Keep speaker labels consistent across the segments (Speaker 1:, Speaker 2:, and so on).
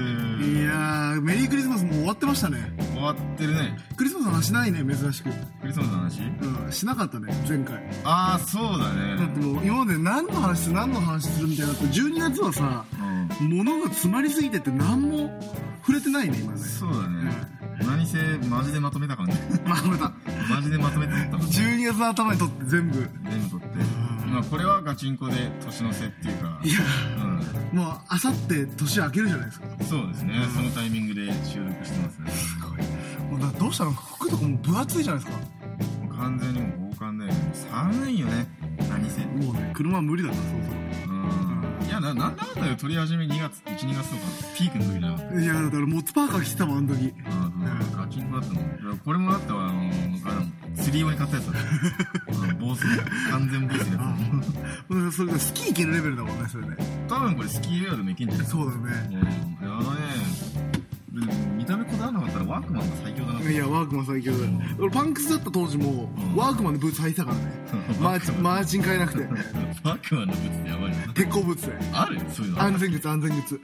Speaker 1: いやーメリークリスマスもう終わってましたね
Speaker 2: 終わってるね
Speaker 1: クリスマスの話しないね珍しく
Speaker 2: クリスマスの話
Speaker 1: うんしなかったね前回
Speaker 2: ああそうだ
Speaker 1: だっ
Speaker 2: ね
Speaker 1: てもう今まで何の話する何の話するみたいになって12月はさ
Speaker 2: うん
Speaker 1: 物が詰まりすぎてて何も触れてないね今ね
Speaker 2: そうだね何せマ ジでまとめた感じ
Speaker 1: まあまた
Speaker 2: マジでまとめて撮った感じ
Speaker 1: 12月の頭にとって全部い
Speaker 2: 全部撮って今これはガチンコで年の瀬っていうか
Speaker 1: や
Speaker 2: う
Speaker 1: もうあさって年明けるじゃないですか
Speaker 2: んそうですねそのタイミングで収録してますね
Speaker 1: もうだからどうしたの服とかもう分厚いじゃないですか
Speaker 2: もう完全にもう防寒だよね寒いよね何せうん
Speaker 1: もうね車無理だったそう
Speaker 2: いやななんだかんだよ撮り始め2月12月とかピークの時な
Speaker 1: そういやだからモッツパーカー着てたもんあの時
Speaker 2: あそうガキンコだったもんいやこれもだったわあのあの釣り用に買ったやつだったあの防水完全防水のや
Speaker 1: もうそれがスキー行けるレベルだもんねそれね
Speaker 2: つ多分これスキーウェアでもいけんじゃない
Speaker 1: そうだね
Speaker 2: うんいやあのねでも見た目こだわらなかったらワークマンが最強だなって
Speaker 1: いやワークマン最強だよ俺パンクスだった当時も、
Speaker 2: うん
Speaker 1: ワークマンのブーツ履いてたから ねマーチマーチン買えなくて
Speaker 2: ワークマンの靴ってやばいな
Speaker 1: 鉄鋼ブーツで
Speaker 2: あるそういうの
Speaker 1: 安全靴安全靴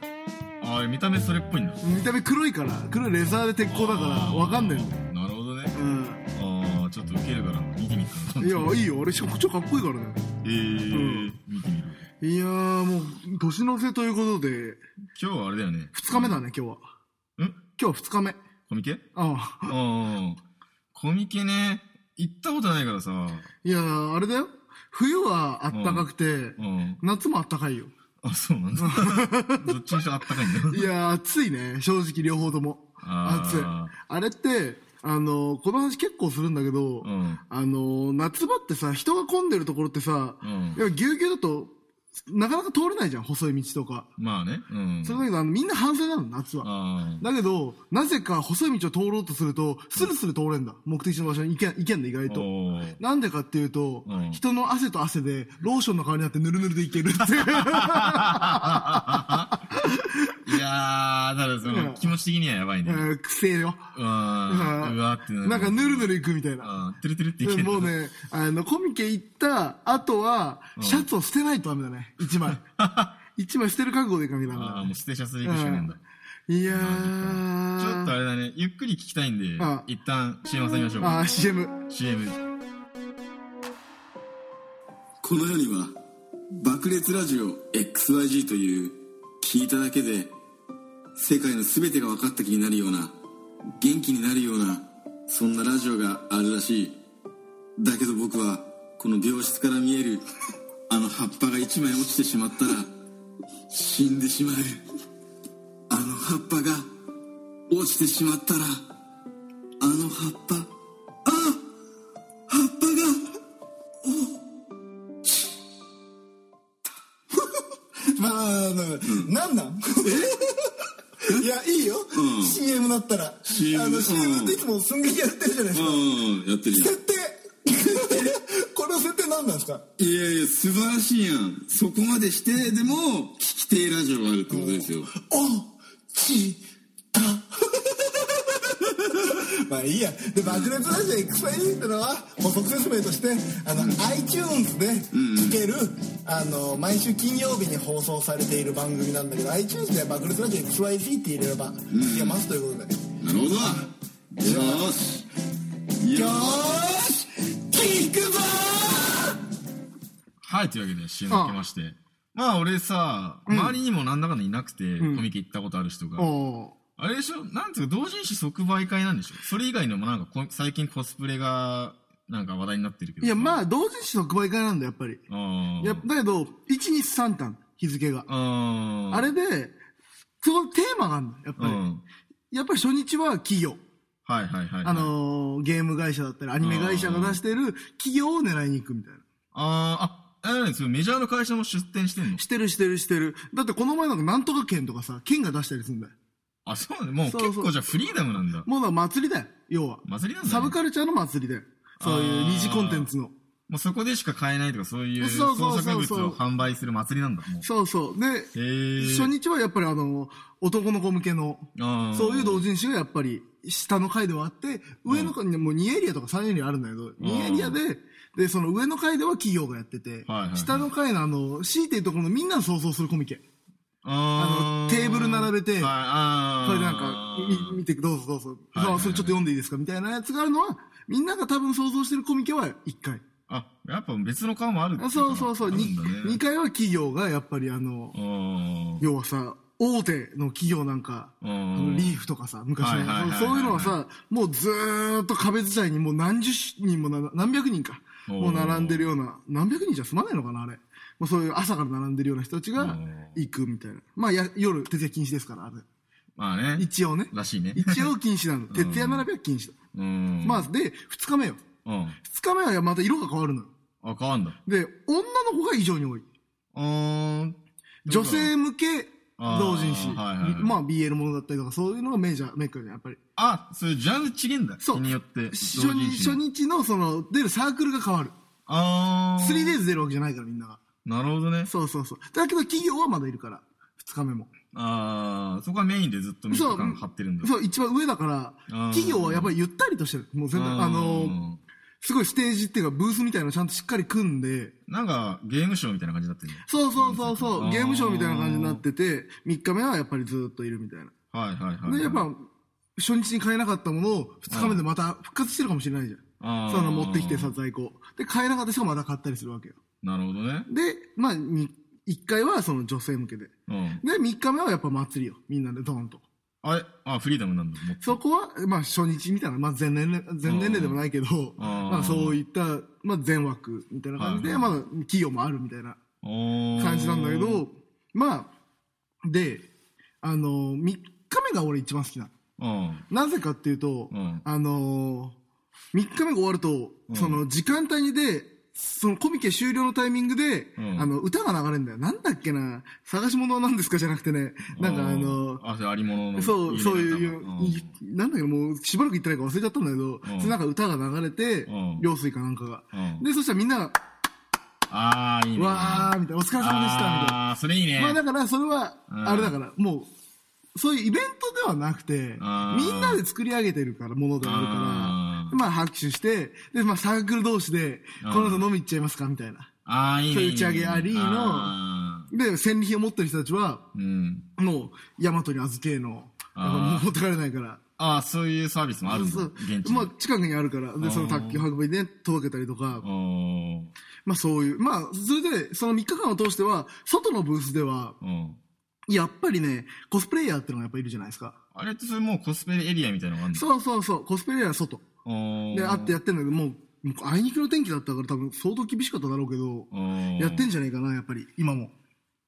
Speaker 2: あ見た目それっぽいんだ
Speaker 1: 見た目黒いから黒いレザーで鉄鋼だからわかんないんだよ
Speaker 2: なるほどね
Speaker 1: う
Speaker 2: ああちょっとウケるから見てみた
Speaker 1: ん
Speaker 2: ら
Speaker 1: いやいいよ俺職長かっこいいからね
Speaker 2: えー見てみ
Speaker 1: い
Speaker 2: る
Speaker 1: やーもう年の瀬ということで
Speaker 2: 今日はあれだよね
Speaker 1: 2日目だね今日は
Speaker 2: ん
Speaker 1: 今日は2日目
Speaker 2: コミケ
Speaker 1: ああ
Speaker 2: ああ、コミケね、行ったことないからさ、
Speaker 1: いやーあれだよ冬はあったかくて、
Speaker 2: うん。
Speaker 1: 夏もあったかいよ
Speaker 2: あ、そう なんだ。どっちにしろあったかいんだ。
Speaker 1: いやー暑いね正直両方とも
Speaker 2: あ
Speaker 1: 暑い
Speaker 2: ー
Speaker 1: あれってあのーこの話結構するんだけど、
Speaker 2: うん。
Speaker 1: あのー夏場ってさ人が混んでるところってさ、
Speaker 2: うん
Speaker 1: やっぱぎゅうぎゅうだとなかなか通れないじゃん細い道とか、
Speaker 2: まあね、うん。
Speaker 1: それだけどあのみんな反省なの夏は
Speaker 2: あ
Speaker 1: だけどなぜか細い道を通ろうとするとスルスル通れんだ目的地の場所に行け行けんだ意外
Speaker 2: あ。
Speaker 1: と
Speaker 2: おー
Speaker 1: なんでかっていうと、
Speaker 2: うん
Speaker 1: 人の汗と汗でローションの代わりになってぬるぬるでいけるって いう
Speaker 2: いやー、ただその、気持ち的にはやばいね。うん。
Speaker 1: うんくせえよ
Speaker 2: うわーって
Speaker 1: なんかぬるぬる
Speaker 2: る。
Speaker 1: 行くみたいな
Speaker 2: うん。てるてるっていけ
Speaker 1: で
Speaker 2: る。
Speaker 1: ももうね、あの、コミケ行った後は、シャツを捨てないとダメだね。一 枚。一枚捨てる覚悟でいかなきゃダメ
Speaker 2: あ
Speaker 1: だ
Speaker 2: あ、
Speaker 1: ね。
Speaker 2: もうステーシャスで行くしかねえんだ。
Speaker 1: いや
Speaker 2: ちょっと
Speaker 1: ー。
Speaker 2: あれだね、ゆっくり聞きたいんで
Speaker 1: あ、
Speaker 2: 一旦 CM 挟みましょ
Speaker 1: あ
Speaker 2: うか。
Speaker 1: ー、CM。
Speaker 2: CM。
Speaker 3: この世には爆裂ラジオ XYG という聞いただけで世界の全てが分かった気になるような元気になるようなそんなラジオがあるらしいだけど僕はこの病室から見えるあの葉っぱが一枚落ちてしまったら死んでしまうあの葉っぱが落ちてしまったらあの葉っぱあ葉っぱが
Speaker 4: まあ、あの、なんなん いや、いいよ。CM だったら。
Speaker 3: CM
Speaker 4: あの、
Speaker 3: う
Speaker 4: CM
Speaker 3: ん
Speaker 4: っていつも寸劇やってるじゃないですか。
Speaker 3: うんやってるじゃん
Speaker 4: 設定この設定なんなんですか
Speaker 3: いやいや、素晴らしいやん。そこまでして、でも、聞き手ラジオがあるってことですよ。
Speaker 4: お、ち、た。 まあいいや。で、爆裂ラジオ XYZ ってのは、補足説明として、あの、iTunes で聴ける、あの、毎週金曜日に放送されている番組なんだけど、iTunes で爆裂ラジオ XYZ って入れれば、聞けますということで。
Speaker 3: なるほど。よーし。
Speaker 4: よーし聞くぞ
Speaker 2: はい、というわけで CM 明けまして。まあ俺さ、周りにもなんだかんだいなくて、コミケ行ったことある人が。
Speaker 1: お
Speaker 2: あれでしょなんつうか、同人誌即売会なんでしょそれ以外にもなんかこ、最近コスプレが、なんか話題になってるけ
Speaker 1: ー
Speaker 2: ど。
Speaker 1: いや、ま
Speaker 2: あ。
Speaker 1: あ、同人誌の配会なんだ、やっぱり。
Speaker 2: あ
Speaker 1: いや、だけど、1、2、3巻、日付が。
Speaker 2: あ
Speaker 1: あれで、そのテーマがあるんだ、やっ
Speaker 2: う
Speaker 1: ぱり。
Speaker 2: ん。
Speaker 1: やっぱり初日は企業。
Speaker 2: はいはいはい。
Speaker 1: あ、のー、ゲーム会社だったり、アニメ会社が出してる企業を狙いに行くみたいな。
Speaker 2: あーあ、あれなんですよメジャーの会社も出展してんの
Speaker 1: してるしてるしてる。だってこの前なんかなんとか県とかさ、県が出したりするんだよ。
Speaker 2: あ、そうね。もう
Speaker 1: そうそう
Speaker 2: 結構じゃあフリーダムなんだ。
Speaker 1: もうだから祭りだよ、要は。
Speaker 2: 祭りなんだ、ね。
Speaker 1: サブカルチャーの祭りだよ。そういう二次コンテンツの。
Speaker 2: もうそこでしか買えないとか、そういう
Speaker 1: そうそうそうそう
Speaker 2: 創作物を販売する祭りなんだ。もう。
Speaker 1: そうそう。で、
Speaker 2: へー
Speaker 1: 初日はやっぱりあの、男の子向けの、
Speaker 2: あー
Speaker 1: そういう同人誌がやっぱり下の階ではあって、上の階にもう2エリアとか3エリアあるんだけど、2エリアで、で、その上の階では企業がやってて
Speaker 2: はいはいは、い
Speaker 1: 下の階のあの、強いていうところのみんなの想像するコミケ。
Speaker 2: あ
Speaker 1: あの、テーブル並べて、こ
Speaker 2: あ
Speaker 1: れなんか、み見て、どうぞどうぞ、
Speaker 2: はいはい
Speaker 1: まあそれちょっと読んでいいですかみたいなやつがあるのは、みんなが多分想像してるコミケは1回。
Speaker 2: あ、やっぱ別の顔もあるってい
Speaker 1: そうそうそう、
Speaker 2: あるんだ
Speaker 1: 2,
Speaker 2: ね。
Speaker 1: 回は企業がやっぱりあの、
Speaker 2: あ
Speaker 1: 要はさ、大手の企業なんか、
Speaker 2: うん
Speaker 1: あのリーフとかさ、昔
Speaker 2: はいはいはい
Speaker 1: の、
Speaker 2: はい
Speaker 1: そういうのはさ、もうずーっと壁伝いにもう何十人もな、何百人か、
Speaker 2: おー
Speaker 1: もう並んでるような、何百人じゃ済まないのかな、あれ。もうそういう朝から並んでるような人たちが行くみたいな。まあや夜、徹夜禁止ですから、あれ。
Speaker 2: まあね。
Speaker 1: 一応ね。
Speaker 2: らしいね。
Speaker 1: 一応禁止なの。徹夜並びは禁止だ。
Speaker 2: うん。
Speaker 1: まあ、で、二日目よ。
Speaker 2: うん。
Speaker 1: 二日目はまた色が変わるのよ。
Speaker 2: あ、変わんだ。
Speaker 1: で、女の子が異常に多い。
Speaker 2: うーん。
Speaker 1: 女性向け同人誌、
Speaker 2: あーはいはいはい
Speaker 1: まあ BL ものだったりとかそういうのがメジャーメイクじゃんやっぱり
Speaker 2: あ、そういうジャンル違えんだ。
Speaker 1: そう
Speaker 2: 日によって。
Speaker 1: 初日初日のその出るサークルが変わる
Speaker 2: あー。
Speaker 1: 3days 出るわけじゃないからみんなが
Speaker 2: なるほどね。
Speaker 1: そうそうそうだけど企業はまだいるから2日目も
Speaker 2: あー、そこはメインでずっと3日
Speaker 1: そう
Speaker 2: 間張ってるんだ。
Speaker 1: そう一番上だから
Speaker 2: あー
Speaker 1: 企業はやっぱりゆったりとしてるもう全然
Speaker 2: うん
Speaker 1: あのーすごいステージっていうかブースみたいなのちゃんとしっかり組んで
Speaker 2: なんか、ゲームショーみたいな感じになってるね。
Speaker 1: そうそうそうそ
Speaker 2: あー
Speaker 1: うゲームショーみたいな感じになってて3日目はやっぱりずっといるみたいな
Speaker 2: はいはいはい。
Speaker 1: でやっぱ初日に買えなかったものを2日目でまた復活してるかもしれないじゃん
Speaker 2: あー、
Speaker 1: その持ってきてさ、在庫。で、買えなかった人がまた買ったりするわけよ。
Speaker 2: なるほどね。
Speaker 1: で、まあ、に一回はその女性向けで。で、
Speaker 2: うん。
Speaker 1: 三日目はやっぱ祭りよ。みんなでドーンと。
Speaker 2: あれあ、フリーダムなんだ。もっと
Speaker 1: そこは、まあ、初日みたいな、まあ、全年齢、全年齢でもないけど、
Speaker 2: ん
Speaker 1: まあ、そういった、まあ、全枠みたいな感じ
Speaker 2: は
Speaker 1: で、
Speaker 2: い
Speaker 1: まあ、企業もあるみたいな
Speaker 2: 感
Speaker 1: 感じなんだけ。ど、まあ、で、あの、三日目が俺一番好きなの。
Speaker 2: うん。
Speaker 1: なぜかっていうと、
Speaker 2: うん
Speaker 1: あのー、3日目が終わると、その時間帯で、そのコミケ終了のタイミングで、
Speaker 2: うん
Speaker 1: あの、歌が流れるんだよ。なんだっけな、探し物は何ですかじゃなくてね、なんかあのー、
Speaker 2: あ、それありものの。
Speaker 1: そう、そういう、
Speaker 2: 入れ方
Speaker 1: いなんだけど、もうしばらく行ってないから忘れちゃったんだけど、
Speaker 2: ん
Speaker 1: それなんか歌が流れて
Speaker 2: うん、
Speaker 1: 涼水かなんかが
Speaker 2: うん。
Speaker 1: で、そしたらみんなが、
Speaker 2: あー、いいね。
Speaker 1: わー、みたいな、お疲れ様でした、みたいな。
Speaker 2: あー、それいいね。
Speaker 1: まあだから、それは、
Speaker 2: うん
Speaker 1: あれだから、もう、そういうイベントではなくて、
Speaker 2: あー
Speaker 1: みんなで作り上げてるから、ものである
Speaker 2: あ
Speaker 1: から、まあ拍手して、で、まあサークル同士で、
Speaker 2: うん
Speaker 1: この後飲み行っちゃいますか、みたいな。
Speaker 2: あー、いいね。
Speaker 1: そういう
Speaker 2: いいね
Speaker 1: 打ち上げありの
Speaker 2: あ
Speaker 1: で、戦利品を持ってる人たちは、
Speaker 2: ーうん。
Speaker 1: もう、大和に預けの、
Speaker 2: あー
Speaker 1: やっぱもう持ってかれないから。
Speaker 2: あー、そういうサービスもあるんだ
Speaker 1: そう。
Speaker 2: 現地
Speaker 1: ま
Speaker 2: に。
Speaker 1: あ近くにあるから、で、その卓球運びで届けたりとか、
Speaker 2: おー
Speaker 1: まあそういう、まあそれで、その3日間を通しては、外のブースでは、
Speaker 2: うん。
Speaker 1: やっぱりね、コスプレイヤーってのがやっぱいるじゃないですか。
Speaker 2: あれってそれもうコスプレエリアみたいなのがあるんだ。
Speaker 1: そうそうそう、コスプレイヤーは外。
Speaker 2: おー
Speaker 1: で、あってやってんだけど、もう、もうあいにくの天気だったから多分相当厳しかっただろうけど、
Speaker 2: おー
Speaker 1: やってんじゃねえかな、やっぱり、今も。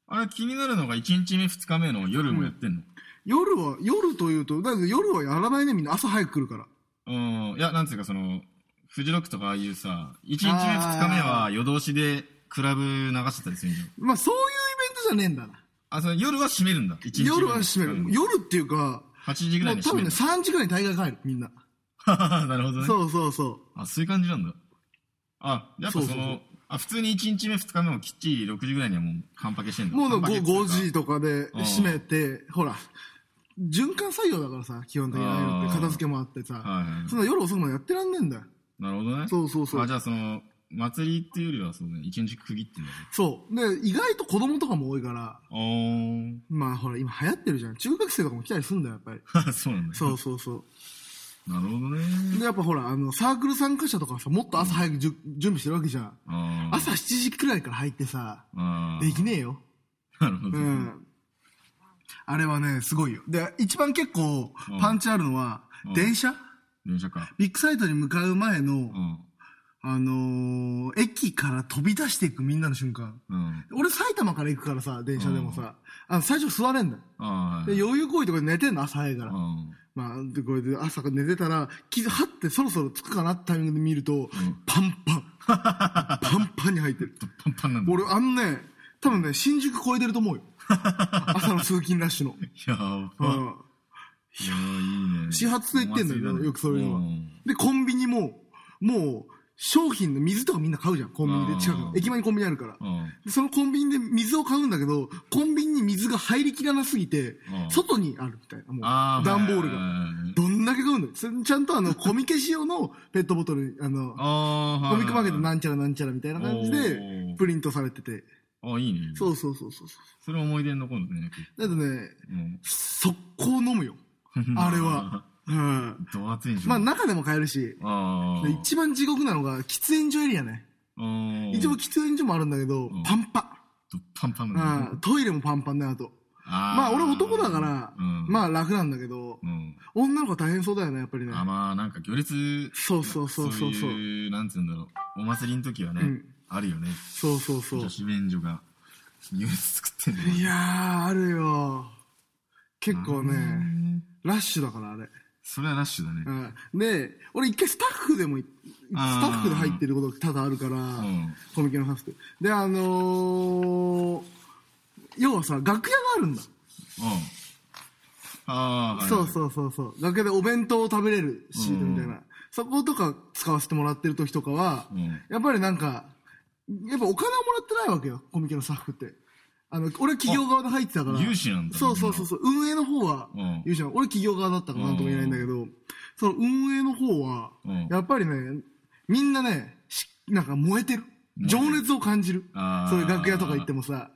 Speaker 2: あれ気になるのが1日目2日目の夜もやってんの。
Speaker 1: 夜は、夜というと、だけど夜はやらないね、みんな朝早く来るから。
Speaker 2: うん、いや、なんつうかその、フジロックとかああいうさ、1日目2
Speaker 1: あー
Speaker 2: 日目は夜通しでクラブ流してたりするんじゃん。
Speaker 1: まあ、そういうイベントじゃねえんだな。
Speaker 2: あ、その夜は閉めるんだ。1日目
Speaker 1: 夜は閉める。
Speaker 2: 夜
Speaker 1: 夜っていうか、
Speaker 2: 8時ぐら
Speaker 1: も
Speaker 2: いうに
Speaker 1: 多
Speaker 2: 閉め
Speaker 1: 分ね、。
Speaker 2: る
Speaker 1: 3時ぐらいに大会帰る、みんな。
Speaker 2: なるほどね。
Speaker 1: そうそうそう。
Speaker 2: あ、そういう感じなんだ。あ、やっぱその、
Speaker 1: そうそうそう
Speaker 2: あ、普通に1日目2日目もきっちり6時ぐらいにはもう半パケしてんだ。
Speaker 1: もう
Speaker 2: 半パケっ
Speaker 1: 5、
Speaker 2: ていか
Speaker 1: 5時とかで
Speaker 2: うん
Speaker 1: 閉めて、ほら、循環採用だからさ、基本的にああいうのって片付けもあってさ、
Speaker 2: はいはい。
Speaker 1: そんな夜遅くまでやってらんねえんだよ。
Speaker 2: なるほどね。
Speaker 1: そうそうそう
Speaker 2: あ、じゃあその、祭りっていうよりは、そうね、一日区切ってんだね。
Speaker 1: そう。で、意外と子供とかも多いから、
Speaker 2: おー。
Speaker 1: まあほら、今流行ってるじゃん。中学生とかも来たりすんだよ、やっぱ り。
Speaker 2: そうなんだ。
Speaker 1: そうそうそう。
Speaker 2: なるほどね。
Speaker 1: で、やっぱほら、あの、サークル参加者とかさ、もっと朝早くじゅ準備してるわけじゃん。
Speaker 2: あー
Speaker 1: 朝7時くらいから入ってさ、
Speaker 2: あー
Speaker 1: できねえよ。
Speaker 2: なるほど。
Speaker 1: うん。あれはね、すごいよ。で、一番結構
Speaker 2: うん、
Speaker 1: パンチあるのは、
Speaker 2: うん
Speaker 1: 電車
Speaker 2: 電車か。
Speaker 1: ビッグサイトに向かう前の
Speaker 2: う、ん。
Speaker 1: あのー駅から飛び出していくみんなの瞬間。
Speaker 2: うん。
Speaker 1: 俺埼玉から行くからさ、電車でもさ、あの、最初座れんだよ。
Speaker 2: ああ。
Speaker 1: で、余裕こいとかで寝てんの、朝早いから
Speaker 2: う。ん。
Speaker 1: まあ、でこれで朝寝てたら、気がはってそろそろつくかなってタイミングで見ると、パン パン。パンパンに入ってる。
Speaker 2: パンパンなんだ。
Speaker 1: 俺、あのね、多分ね、新宿超えてると 思うよ。朝の通勤ラッシュの。
Speaker 2: やば。いや
Speaker 1: うん
Speaker 2: ーいい ね。
Speaker 1: 始発で行ってんだよ、
Speaker 2: お祭りね
Speaker 1: よくそういうのは
Speaker 2: ん。
Speaker 1: で、コンビニも、もう、商品の水とかみんな買うじゃん、コンビニ
Speaker 2: う
Speaker 1: で
Speaker 2: ん
Speaker 1: 近くの。駅前にコンビニあるから。
Speaker 2: うん。
Speaker 1: でそのコンビニで水を買うんだけど、コンビニに水が入りきらなすぎて
Speaker 2: う、ん
Speaker 1: 外にあるみたいな、も
Speaker 2: あ
Speaker 1: う、
Speaker 2: ー
Speaker 1: 段ボール
Speaker 2: はいはい
Speaker 1: が。
Speaker 2: はいはい
Speaker 1: どんだけ買うんだよ。それちゃんとあの、コミケ仕様のペットボトル、あの、
Speaker 2: ああ、
Speaker 1: コ
Speaker 2: はいはいはい。
Speaker 1: ミックマーケットなんちゃらなんちゃらみたいな感じ
Speaker 2: お
Speaker 1: で
Speaker 2: ー
Speaker 1: プリントされてて。
Speaker 2: あ、いいね。
Speaker 1: そうそうそうそうそ
Speaker 2: それ思い出に残るね。
Speaker 1: う。だってね、
Speaker 2: うん。
Speaker 1: 速攻飲むよ。 あれは。うん。
Speaker 2: ド熱いでしょ。
Speaker 1: まあ中でも買えるし、
Speaker 2: ああ。
Speaker 1: で一番地獄なのが喫煙所エリアね。
Speaker 2: ああ。
Speaker 1: 一応喫煙所もあるんだけど
Speaker 2: ん、
Speaker 1: パンパ
Speaker 2: パンパンだね
Speaker 1: ン。うん。トイレもパンパンね、あと。
Speaker 2: あー
Speaker 1: まあ俺男だから
Speaker 2: うん、
Speaker 1: まあ楽なんだけど
Speaker 2: う、ん。
Speaker 1: 女の子は大変そうだよね、やっぱりね。
Speaker 2: あ、まあ、なんか行列、
Speaker 1: そうそうそうそうそう
Speaker 2: いう、なんつうんだろう。お祭りの時はね
Speaker 1: うん、
Speaker 2: あるよね。
Speaker 1: そうそうそう
Speaker 2: 女。子便所が、行列作ってんの
Speaker 1: いやー、あるよ。結構ね、ラッシュだから、あれ。
Speaker 2: それはラッシュだね。
Speaker 1: うんで、俺一回スタッフでもい、スタ
Speaker 2: あー
Speaker 1: ッフで入ってること多々あるから、
Speaker 2: ん
Speaker 1: コミケのスタッフで、あのー、要はさ、楽屋があるんだ。
Speaker 2: うん。ああ、
Speaker 1: そうそうそうそう。楽屋でお弁当を食べれるシートみたいな。そことか使わせてもらってる時とかは、
Speaker 2: うん
Speaker 1: やっぱりなんか、やっぱお金をもらってないわけよ、コミケのスタッフって。あの、俺は企業側で入ってたから。
Speaker 2: あ有志なんだ
Speaker 1: そうそうそうそう。運営の方は
Speaker 2: うん
Speaker 1: 有志なの。俺企業側だったからなんとも言えないんだけど、その運営の方は
Speaker 2: うん、
Speaker 1: やっぱりね、みんなね、しなんか燃えてる。
Speaker 2: えてる
Speaker 1: 情熱を感じる
Speaker 2: あ。ー
Speaker 1: そういう楽屋とか行ってもさ。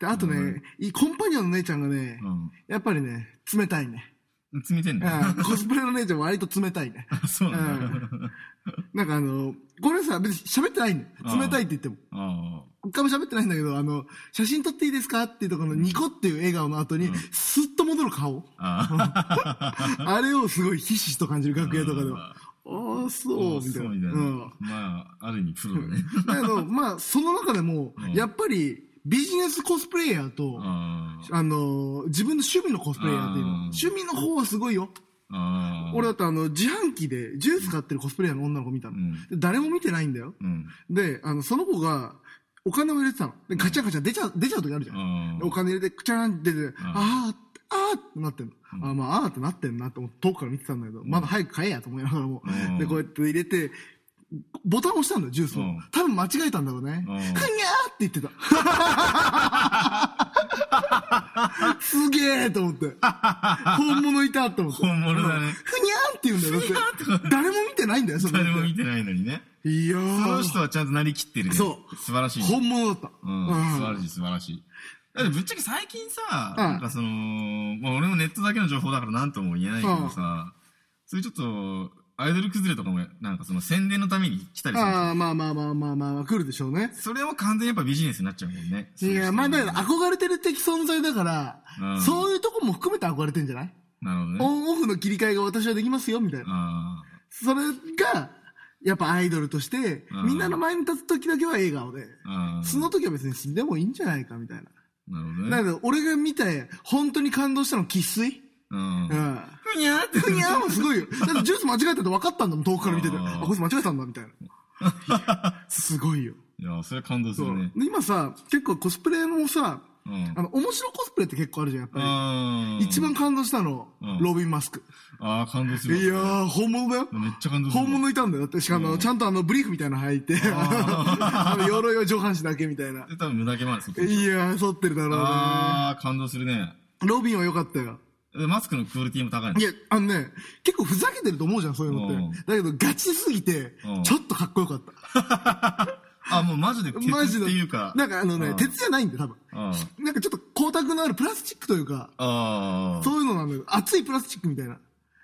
Speaker 1: で、あとね、いコンパニオンの姉ちゃんがね、
Speaker 2: うん
Speaker 1: やっぱりね、冷たいね。
Speaker 2: うん。詰めてんだ
Speaker 1: うんコスプレの姉ちゃんは割と冷たいね。
Speaker 2: そうなんだ。
Speaker 1: なんかあの、これさ、別に喋ってないんだよ。冷たいって言っても。
Speaker 2: あ
Speaker 1: 一回も喋ってないんだけど、あの、写真撮っていいですかっていうところのニコっていう笑顔の後に、スッと戻る顔。
Speaker 2: あ。あ
Speaker 1: あれをすごいひしひしと感じる楽屋とかでは。ああ、
Speaker 2: あ。
Speaker 1: そう、みた
Speaker 2: そ
Speaker 1: いうな。
Speaker 2: みたいな
Speaker 1: うん。
Speaker 2: まあ、ある意味プロだね。
Speaker 1: だけど、まあ、その中でも、やっぱり、ビジネスコスプレイヤーと、
Speaker 2: あ
Speaker 1: あの、自分の趣味のコスプレイヤーっていうの
Speaker 2: うん。
Speaker 1: 趣味の方はすごいよ。
Speaker 2: あ。ああ。
Speaker 1: 俺だってあの、自販機でジュース買ってるコスプレイヤーの女の子見たの。
Speaker 2: うん
Speaker 1: で誰も見てないんだよ。
Speaker 2: うん。
Speaker 1: で、あの、その子が、お金を入れてたの。で、ガチャガチャ出ちゃう、出ちゃう時あるじゃん。
Speaker 2: うん
Speaker 1: でお金入れて、くちゃーんって出て、あー、あーってなってんの。あーまあ、あーってなってんなって思って遠くから見てたんだけど、まだ早く買えやと思いながらも
Speaker 2: うん。
Speaker 1: で、こうやって入れて、ボタン押したんだよ、ジュースを
Speaker 2: うん。
Speaker 1: 多分間違えたんだろうね。く
Speaker 2: うん
Speaker 1: にゃーって言って た。すげーと思って。本物いたと思って。
Speaker 2: 本物だね
Speaker 1: ふにゃーんって言うんだよ。だって誰も見てないんだよ、それ
Speaker 2: 誰も見てないのにね。
Speaker 1: いやー。
Speaker 2: その人はちゃんとなりきってるね。
Speaker 1: そう
Speaker 2: 素晴らしい。
Speaker 1: 本物だった。
Speaker 2: うん、素晴らしい、素晴らしい。だってぶっちゃけ最近さ、
Speaker 1: うん
Speaker 2: なんかその、まあ俺もネットだけの情報だから何とも言えないけどさ、そういうちょっと、アイドル崩れとかも、なんかその宣伝のために来たりするじゃん
Speaker 1: ああ、まあまあまあまあまあまあ、来るでしょうね。
Speaker 2: それも完全にやっぱビジネスになっちゃうもんね。
Speaker 1: いや、まあだ
Speaker 2: だ
Speaker 1: から憧れてる的存在だから、
Speaker 2: うん
Speaker 1: そういうとこも含めて憧れてんじゃない、
Speaker 2: なるほど
Speaker 1: オ
Speaker 2: ね。
Speaker 1: ンオフの切り替えが私はできますよ、みたいな。
Speaker 2: あ
Speaker 1: それが、やっぱアイドルとして、
Speaker 2: うん
Speaker 1: みんなの前に立つ時だけは笑顔で、
Speaker 2: あ、ああ、
Speaker 1: その時は別に死んでもいいんじゃないか、みたいな。
Speaker 2: なるほど
Speaker 1: だ
Speaker 2: ね。
Speaker 1: けど、俺が見て、本当に感動したの、喫水
Speaker 2: うん
Speaker 1: う。ん。
Speaker 2: ふにゃーって。
Speaker 1: いやもうすごいよ。だってジュース間違えたって分かったんだもん、遠くから見てて。
Speaker 2: うん
Speaker 1: あ、こいつ間違えたんだ、みたいな。すごいよ。
Speaker 2: いや、それは感動す
Speaker 1: そ
Speaker 2: る
Speaker 1: う。
Speaker 2: ね。
Speaker 1: で今さ、結構コスプレのさ、
Speaker 2: うん
Speaker 1: あの、面白コスプレって結構あるじゃん、やっぱ
Speaker 2: あ
Speaker 1: り。一番感動したの、
Speaker 2: うん
Speaker 1: ロビン・マスク。
Speaker 2: ああ、感動す
Speaker 1: い
Speaker 2: る。
Speaker 1: やー、本物だよ。
Speaker 2: めっちゃ感動する。
Speaker 1: 本物いたんだよ。だって、しかも、ちゃんとあの、ブリーフみたいなの履いて、 あの、鎧を上半身だけみたいな。
Speaker 2: で、多分無駄毛までそっ
Speaker 1: いやー、剃ってるだろうね。
Speaker 2: ああ、感動するね。
Speaker 1: ロビンは良かったよ。
Speaker 2: でマスクのクオリティも高いの
Speaker 1: いや、あのね、結構ふざけてると思うじゃん、そういうの
Speaker 2: うん
Speaker 1: って。だけど、ガチすぎて
Speaker 2: うん、
Speaker 1: ちょっとかっこよかった。
Speaker 2: あ、もうマジで鉄
Speaker 1: マジ
Speaker 2: っ
Speaker 1: で。
Speaker 2: ていうか。
Speaker 1: なんかあのね
Speaker 2: う、ん
Speaker 1: 鉄じゃないんで、多分。
Speaker 2: あ
Speaker 1: なんかちょっと光沢のあるプラスチックというか、
Speaker 2: あー。
Speaker 1: そういうのなんだけど、熱いプラスチックみたいな。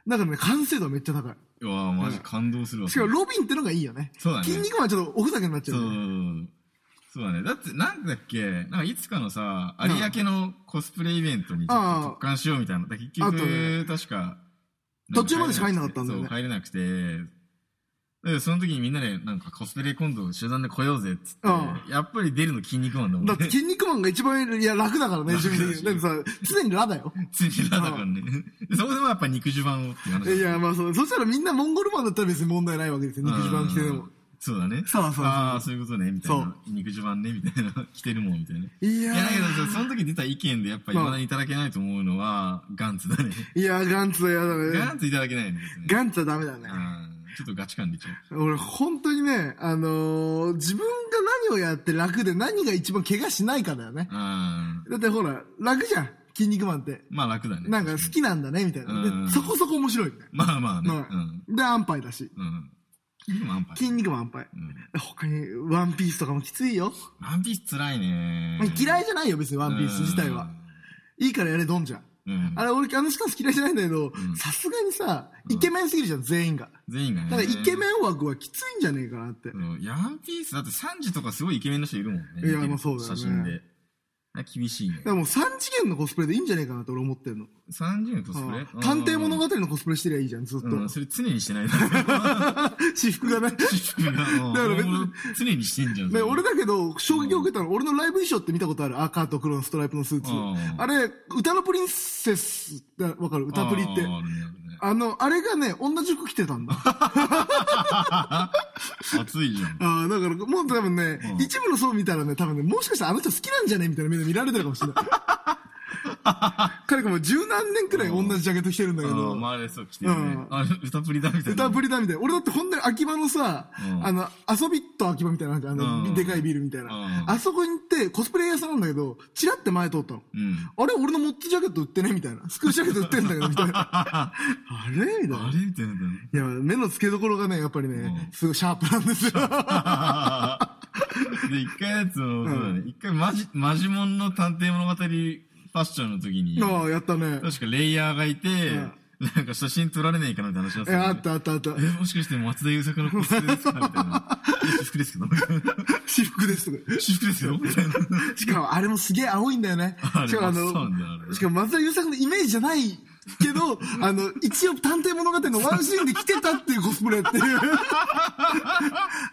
Speaker 1: だからね、完成度はめっちゃ高い。
Speaker 2: うわーマジ感動するわ。
Speaker 1: しかもロビンってのがいいよね。
Speaker 2: そうだね
Speaker 1: 筋肉マンはちょっとおふざけになっちゃ
Speaker 2: そうう
Speaker 1: ね、。
Speaker 2: そうだね。だって、なんだっけ、なんかいつかのさ、有明のコスプレイベントにちょっ
Speaker 1: あ
Speaker 2: と
Speaker 1: あ
Speaker 2: 特感しようみたいな。だから結
Speaker 1: あとね
Speaker 2: 局、確か。
Speaker 1: 途中までしか入んなかったんだよね
Speaker 2: そう、入れなくて。だけどその時にみんなで、なんかコスプレ今度集団で来ようぜっつって
Speaker 1: あ、
Speaker 2: やっぱり出るの筋肉マンだもん
Speaker 1: だ
Speaker 2: ね
Speaker 1: って。 筋肉マンが一番いや楽だからね、趣味的に。だっ
Speaker 2: 楽
Speaker 1: てさ、常にラだよ。
Speaker 2: ついにラだからね。そこでもやっぱ肉襦袢をっていう話。
Speaker 1: いや、まあそう、そしたらみんなモンゴルマンだったら別に問題ないわけですよ、肉襦袢着てで
Speaker 2: う
Speaker 1: も
Speaker 2: ん。そうだね。
Speaker 1: そうそうそう
Speaker 2: ああ、そういうことね、みたい
Speaker 1: そう
Speaker 2: な。肉襦袢ね、みたいな。 着てるもん、みたいな。
Speaker 1: いやー
Speaker 2: だけど、その時出た意見でやっぱ
Speaker 1: まあ
Speaker 2: 未だにいただけないと思う のは、ガンツだね。
Speaker 1: いや、ガンツは嫌だ
Speaker 2: ガ
Speaker 1: ね。
Speaker 2: ンツいただけないんですね。
Speaker 1: ガンツはダメだね。
Speaker 2: うんちょっとガチ感出ちゃう。
Speaker 1: 俺、本当にね、あのー自分が何をやって楽で何が一番怪我しないかだよね。
Speaker 2: あ
Speaker 1: だってほら、楽じゃん、筋肉マンって。
Speaker 2: まあ楽だね。
Speaker 1: なんか好きなんだね、みたいな。
Speaker 2: うん
Speaker 1: で、そこそこ面白いみたい
Speaker 2: まあまあね。
Speaker 1: な。
Speaker 2: う
Speaker 1: ま
Speaker 2: ん。
Speaker 1: あ、で、安牌だし。
Speaker 2: うん。筋肉も安牌。
Speaker 1: 筋肉も安牌。
Speaker 2: うん。
Speaker 1: 他に、ワンピースとかもきついよ。
Speaker 2: ワンピース辛いね
Speaker 1: まあ。嫌いじゃないよ、別にワンピース自体は。いいからやれ、ドンじゃん。
Speaker 2: うん。
Speaker 1: あれ、俺、あの人たち嫌いじゃないんだけど、さすがにさ、イケメンすぎるじゃん、全員が。
Speaker 2: 全員がね。
Speaker 1: だから、イケメン枠はきついんじゃねえかなって。
Speaker 2: うん。いや、ワンピースだって3時とかすごいイケメンの人いるもんね。
Speaker 1: いやまあそうだよね
Speaker 2: 写真で。あ厳しいね
Speaker 1: で。も、3次元のコスプレでいいんじゃねえかなって俺思ってんの。
Speaker 2: 30のコスプレ
Speaker 1: うん探偵物語のコスプレしてりゃいいじゃん、ずっと。
Speaker 2: うん、それ常にしてないだろ。だか
Speaker 1: 私服がね。 別に
Speaker 2: ら別に。常にしてんじゃん。
Speaker 1: ね、俺
Speaker 2: だ
Speaker 1: だけど、衝撃を受けたの、俺のライブ衣装って見たことある赤と黒のストライプのスーツ。
Speaker 2: うん
Speaker 1: あれ、歌のプリンセス、だわかる歌プリって。
Speaker 2: あるね
Speaker 1: あの、あれがね、同じ服着てたんだ。あ
Speaker 2: あるね熱いじゃん。
Speaker 1: あ、だから、もう多分ね、
Speaker 2: うん
Speaker 1: 一部の層見たらね、多分ね、もしかしたらあの人好きなんじゃねみたいな目で見られてるかもしれない。彼がもう十何年くらい同じジャケット着てるんだけ
Speaker 2: あ
Speaker 1: ど。
Speaker 2: あ、まああれそう、来てるね
Speaker 1: うん。
Speaker 2: あれ、歌プリだみたいな。
Speaker 1: 歌ぶりだみたいな。俺だって本当に秋葉のさ、
Speaker 2: うん
Speaker 1: あの、遊びっと秋葉みたいなのあるじゃんあの、
Speaker 2: うん
Speaker 1: でかいビルみたいな。
Speaker 2: うん
Speaker 1: あそこに行って、コスプレ屋さんなんだけど、チラって前通ったの。
Speaker 2: うん。
Speaker 1: あれ俺のモッツジャケット売ってねみたいな。スクールジャケット売ってんだけど、みたい な。あれみたい
Speaker 2: あ
Speaker 1: な。
Speaker 2: れみたいな。
Speaker 1: いや、目の付けどころがね、やっぱりね
Speaker 2: う、ん
Speaker 1: すごいシャープなん ですよ。
Speaker 2: で、一回やつの、そうだね。一回マジ、マジモンの探偵物語ファッションの時に、
Speaker 1: ああ、やったね。
Speaker 2: 確かレイヤーがいて、なんか写真撮られないかなって話なんで
Speaker 1: え、
Speaker 2: すよね
Speaker 1: あったあったあった。
Speaker 2: え、もしかして松田優作のコスプレですかみた いな。いや私服ですけど。
Speaker 1: 私服ですとか。
Speaker 2: 私服ですよみたいな。
Speaker 1: しかも、あれもすげえ青いんだよね
Speaker 2: あ。れ
Speaker 1: しかも、あ
Speaker 2: そうなんだあ
Speaker 1: の、
Speaker 2: れ
Speaker 1: しかも松田優作のイメージじゃないけ ど、あの、一応探偵物語のワンシーンで着てたっていうコスプレっていう。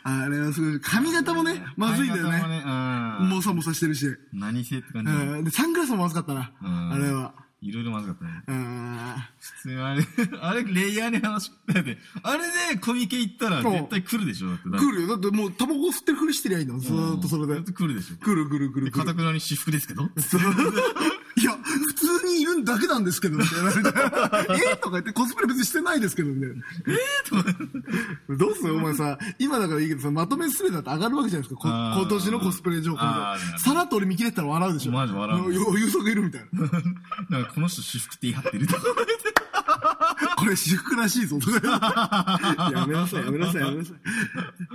Speaker 1: あれはすごい。髪型もね、まずいんだよ
Speaker 2: 髪
Speaker 1: ね。
Speaker 2: 型もね
Speaker 1: もさもさしてるし。
Speaker 2: うん。何せって感
Speaker 1: う
Speaker 2: じだね。
Speaker 1: ん。で、サングラスもまずかったな
Speaker 2: う。ん
Speaker 1: あれは。
Speaker 2: いろいろまずかったね。
Speaker 1: うん。
Speaker 2: 普通にあれ、 あれ、レイヤーに話してて、あれでコミケ行ったら絶対来るでしょだって。
Speaker 1: 来るよ。だってもうタバコ吸ってるふりしてりゃいいの。ずーっとそれで。
Speaker 2: 絶対来るでしょ。
Speaker 1: 来る来る来る
Speaker 2: で、
Speaker 1: 来
Speaker 2: か
Speaker 1: る
Speaker 2: た。くなに私服ですけど
Speaker 1: そういや、普通にいるだけなんですけど、みたいな。えーとか言って、コスプレ別にしてないですけど、みたいな。えーとか。どうするお前さ、今だからいいけどさ、まとめすべてだって上がるわけじゃないですか。こ
Speaker 2: あー
Speaker 1: 今年のコスプレ情報
Speaker 2: あー
Speaker 1: で。さらっと俺見切れてたら笑うでしょ。
Speaker 2: マジ笑う
Speaker 1: よ予測いるみたいな。
Speaker 2: なんかこの人私服って言い張ってるとか。
Speaker 1: これ私服らしい ぞ、とか。やめなさい、やめなさい、やめなさ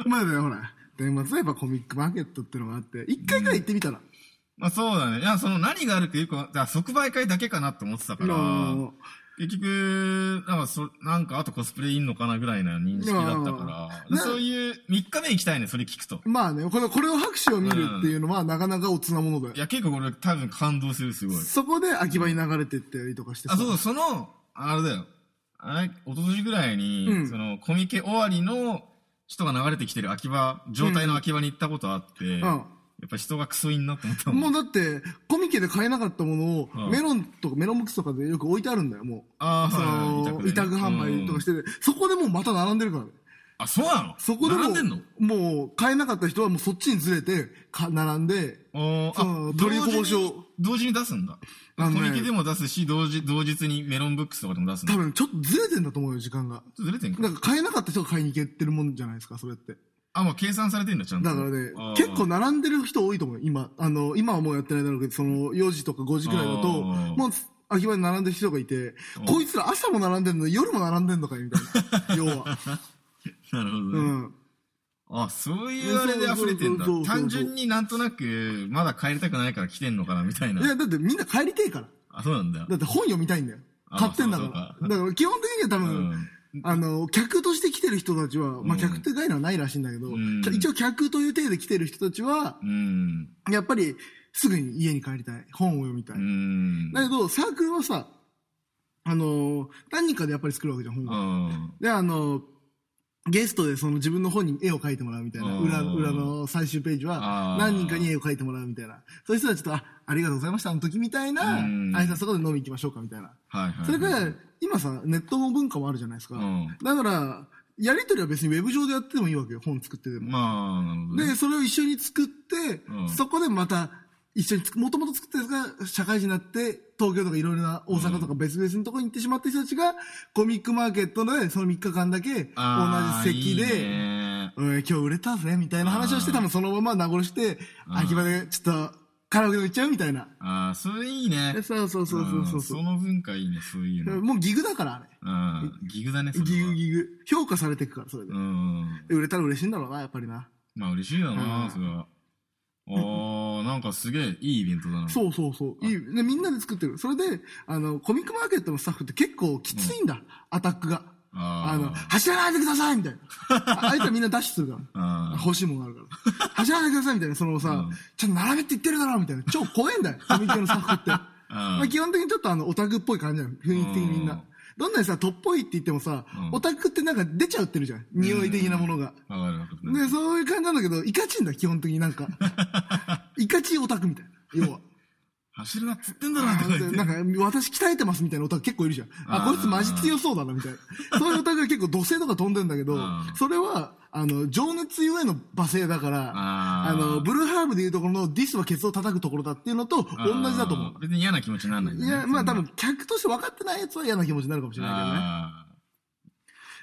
Speaker 1: い。まあね、ほら、年末はやっぱコミックマーケットってのがあって、一回くらい行ってみたら。
Speaker 2: まあそうだね。いや、その何があるかよくわ、じゃあ即売会だけかなって思ってたから、
Speaker 1: うん
Speaker 2: 結局、なんかそ、なんかあとコスプレいんのかなぐらいな認識だったから、
Speaker 1: うん
Speaker 2: でそういう3日目行きたいね、それ聞くと。
Speaker 1: まあね、この、これを拍手を見るっていうのは、なかなかおつなものだよ
Speaker 2: い。や、結構これ多分感動する、すごい。
Speaker 1: そこで秋葉に流れてったりとかしてさ
Speaker 2: あ、そう、その、あれだよ。あれ、おととしぐらいに、
Speaker 1: うん
Speaker 2: その、コミケ終わりの人が流れてきてる秋葉、状態の秋葉に行ったことあっ
Speaker 1: ん
Speaker 2: て、やっぱ人がクソいんなって思ったもん。
Speaker 1: もうだって、コミケで買えなかったものを、
Speaker 2: うん
Speaker 1: メロンとかメロンムクスとかでよく置いてあるんだよ、もう。
Speaker 2: あ
Speaker 1: その
Speaker 2: ーはいはい
Speaker 1: 委託販売とかしてて、そこでもうまた並んでるからね。
Speaker 2: あ、そうなの
Speaker 1: そこでも
Speaker 2: 並んでんの
Speaker 1: う、もう買えなかった人はもうそっちにずれて、か並んで、
Speaker 2: お
Speaker 1: そ
Speaker 2: ー
Speaker 1: の
Speaker 2: あ、
Speaker 1: 取りこぼしを
Speaker 2: 同時に同時に出すんだ。
Speaker 1: あ
Speaker 2: コ
Speaker 1: のね
Speaker 2: ミケでも出すし、同時、同日にメロンブックスとかでも出すんだ。
Speaker 1: 多
Speaker 2: ちょ
Speaker 1: 分ちょっとずれてんだと思うよ、時間が。
Speaker 2: っとずれてん
Speaker 1: な
Speaker 2: か
Speaker 1: んか買えなかった人が買いに行けてるもんじゃないですか、それって。
Speaker 2: あ、もう計算されてんだ、ちゃんと。
Speaker 1: だからね
Speaker 2: あー、
Speaker 1: 結構並んでる人多いと思うよ、今。あの、今はもうやってないだろうけど、その4時とか5時くらいだと、
Speaker 2: あー
Speaker 1: もう、秋葉に並んでる人がいて
Speaker 2: うん、
Speaker 1: こいつら朝も並んでるのに夜も並んでんのかいみた いな。要は。
Speaker 2: なるほどね。
Speaker 1: うん。
Speaker 2: あ、そういうあれで溢れてんだ
Speaker 1: そうそうそうそう。
Speaker 2: 単純になんとなく、まだ帰りたくないから来てんのかな、みたい
Speaker 1: いや、
Speaker 2: な。
Speaker 1: だってみんな帰りてえから。
Speaker 2: あ、そうなんだ。
Speaker 1: だって本読みたいんだよ。
Speaker 2: あ
Speaker 1: 買ってんだか
Speaker 2: そうからそ。う
Speaker 1: だから基本的には多分、
Speaker 2: うん
Speaker 1: あの、客として来てる人たちは、まあ
Speaker 2: うん
Speaker 1: 客って概念はないらしいんだけど、
Speaker 2: ん
Speaker 1: 一応客という体で来てる人たちは
Speaker 2: う、ん。
Speaker 1: やっぱりすぐに家に帰りたい。本を読みたい。
Speaker 2: うん。
Speaker 1: だけど、サークルはさ、あのー何人かでやっぱり作るわけじゃん、本
Speaker 2: う
Speaker 1: が。
Speaker 2: ん。
Speaker 1: で、あのーゲストでその自分の本に絵を描いてもらうみたいな。
Speaker 2: うん
Speaker 1: 裏、裏の最終ページは
Speaker 2: あ、ー
Speaker 1: 何人かに絵を描いてもらうみたいな。そういう人たちと、あ、ありがとうございました、あの時みたいな、
Speaker 2: うん
Speaker 1: 挨拶とかで飲み行きましょうか、みたいな。
Speaker 2: はいはい。
Speaker 1: それから、今さ、ネットも文化もあるじゃないですか。
Speaker 2: うん
Speaker 1: だから、やりとりは別にウェブ上でやってもいいわけよ、本作ってでも。
Speaker 2: まあ、なるほどね。
Speaker 1: で、それを一緒に作って、
Speaker 2: うん
Speaker 1: そこでまた、一緒につく、もともと作ったやつが社会人になって、東京とかいろいろな大阪とか別々のところに行ってしまった人たちが、コミックマーケットで、その3日間だけ、
Speaker 2: あー
Speaker 1: 同じ席で、
Speaker 2: いいね
Speaker 1: うん今日売れたぜ、みたいな話をして、
Speaker 2: あー
Speaker 1: 多分そのまま名残して、
Speaker 2: ん
Speaker 1: 秋葉で、ちょっと、カラオケで行っちゃうみたいな。
Speaker 2: ああ、それいいね
Speaker 1: え。そうそうそうそうそううんそ
Speaker 2: その文化いいね、そういう
Speaker 1: う。
Speaker 2: の。
Speaker 1: もうギグだから、あれ。
Speaker 2: うん。ギグだね、それは。
Speaker 1: ギグギグ。評価されてくから、それで
Speaker 2: う。ん。
Speaker 1: 売れたら嬉しいんだろうな、やっぱりな。
Speaker 2: まあ嬉しいよな、
Speaker 1: うん
Speaker 2: それは。ああ、 なんかすげえいいイベントだな。う。
Speaker 1: そうそうそう。いい。で、みんなで作ってる。それで、あの、コミックマーケットのスタッフって結構きついんだ。アタックが。あ
Speaker 2: あ
Speaker 1: の、
Speaker 2: ー
Speaker 1: 走らないでくださいみたいな。ああいつはみんなダッシュするから。
Speaker 2: あー。
Speaker 1: 欲しいものがあるか ら。走らないでくださいみたいな、そのさ、
Speaker 2: うん
Speaker 1: ちょっと並べって言ってるだろみたいな。超怖 いんだよ、コミケのスタッフって。まあ、基本的にちょっとあの、オタクっぽい感じなの。雰囲気的にみん
Speaker 2: うん
Speaker 1: な。どんなにさ、トップっぽいって言ってもさ、
Speaker 2: うん
Speaker 1: オタクってなんか出ちゃうってるじゃん。匂い的なものが。
Speaker 2: わかるわかる。
Speaker 1: で、そういう感じなんだけど、いかちんだ、基本的に なんか。いかちオタクみたいな。要は。
Speaker 2: 走るなっつってんだなって書いて。
Speaker 1: なんか、私鍛えてますみたいなオタク結構いるじゃん。あ、
Speaker 2: あー
Speaker 1: こいつマジ強そうだな、みたい な。そういうオタクが結構土星とか飛んでんだけど
Speaker 2: うん、
Speaker 1: それは、あの、情熱ゆえの罵声だから、
Speaker 2: あ
Speaker 1: あ
Speaker 2: ー
Speaker 1: の、ブルーハーブでいうところのディスはケツを叩くところだっていうのと同じだと思
Speaker 2: あー別に嫌な気持ちにならない、
Speaker 1: う。
Speaker 2: ね。
Speaker 1: いや、まあ多分、客として分かってないやつは嫌な気持ちになるかもしれないけどね。
Speaker 2: あ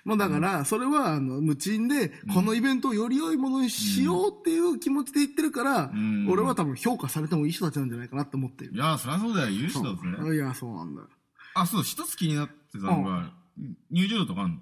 Speaker 1: まあだから、それは、あの、無賃で、このイベントをより良いものにしようっていう気持ちで言ってるから
Speaker 2: ん、
Speaker 1: 俺は多分評価されてもいい人たちなんじゃないかなって思って
Speaker 2: ー
Speaker 1: る。
Speaker 2: いや、そりゃそうだよ。優秀だぞ、それ。
Speaker 1: いや、そうなんだよ。
Speaker 2: あ、そう、一つ気になってたのが、入場料とかあんの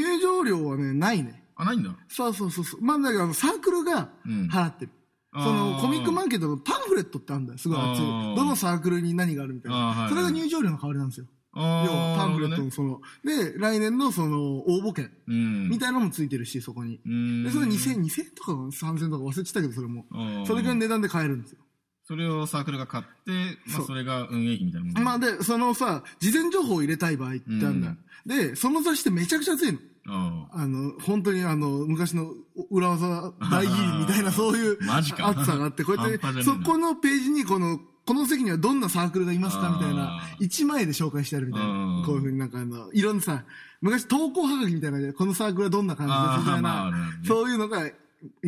Speaker 1: 入場料はね、ないね。
Speaker 2: あ、ないんだ。
Speaker 1: そうそうそうそう。まあだから、サークルが
Speaker 2: うん
Speaker 1: 払ってる。
Speaker 2: あー
Speaker 1: その、コミックマーケットのパンフレットってあるんだよ。すごい熱い。
Speaker 2: あー
Speaker 1: どのサークルに何があるみたい
Speaker 2: あーはいは
Speaker 1: な。
Speaker 2: い
Speaker 1: それが入場料の代わりなんですよ。要は
Speaker 2: あ
Speaker 1: パ
Speaker 2: あ。
Speaker 1: ンフレッ
Speaker 2: な
Speaker 1: ト
Speaker 2: る
Speaker 1: の
Speaker 2: ほ
Speaker 1: その、で、来年のその、応募券
Speaker 2: どねうん。
Speaker 1: みたいなのもついてるし、そこに。
Speaker 2: うん
Speaker 1: で、それ2000、2000とか3000とか忘れてたけど、それも。
Speaker 2: ああ
Speaker 1: それが値段で買えるんですよ。
Speaker 2: それをサークルが買って、ま
Speaker 1: そ
Speaker 2: あ、
Speaker 1: う
Speaker 2: それが運営費みたいなもんだね
Speaker 1: まあで、そのさ、事前情報を入れたい場合ってあるんだよ。で、その雑誌ってめちゃくちゃ熱いの。
Speaker 2: あ
Speaker 1: あの、本当にあの、昔の裏技大義理みたいな、そういう
Speaker 2: マジか
Speaker 1: 熱さがあって、こうやって、
Speaker 2: 半端じゃ
Speaker 1: そ
Speaker 2: ねえな
Speaker 1: このページにこの、この席にはどんなサークルがいますか
Speaker 2: あー
Speaker 1: みたいな、一枚で紹介してあるみたい
Speaker 2: うん
Speaker 1: な。こういうふうになんかあの、いろんなさ、昔投稿はがきみたいなので、このサークルはどんな感じ
Speaker 2: あー
Speaker 1: ですみたい
Speaker 2: まああるあ
Speaker 1: な
Speaker 2: るね、
Speaker 1: そういうのがいっ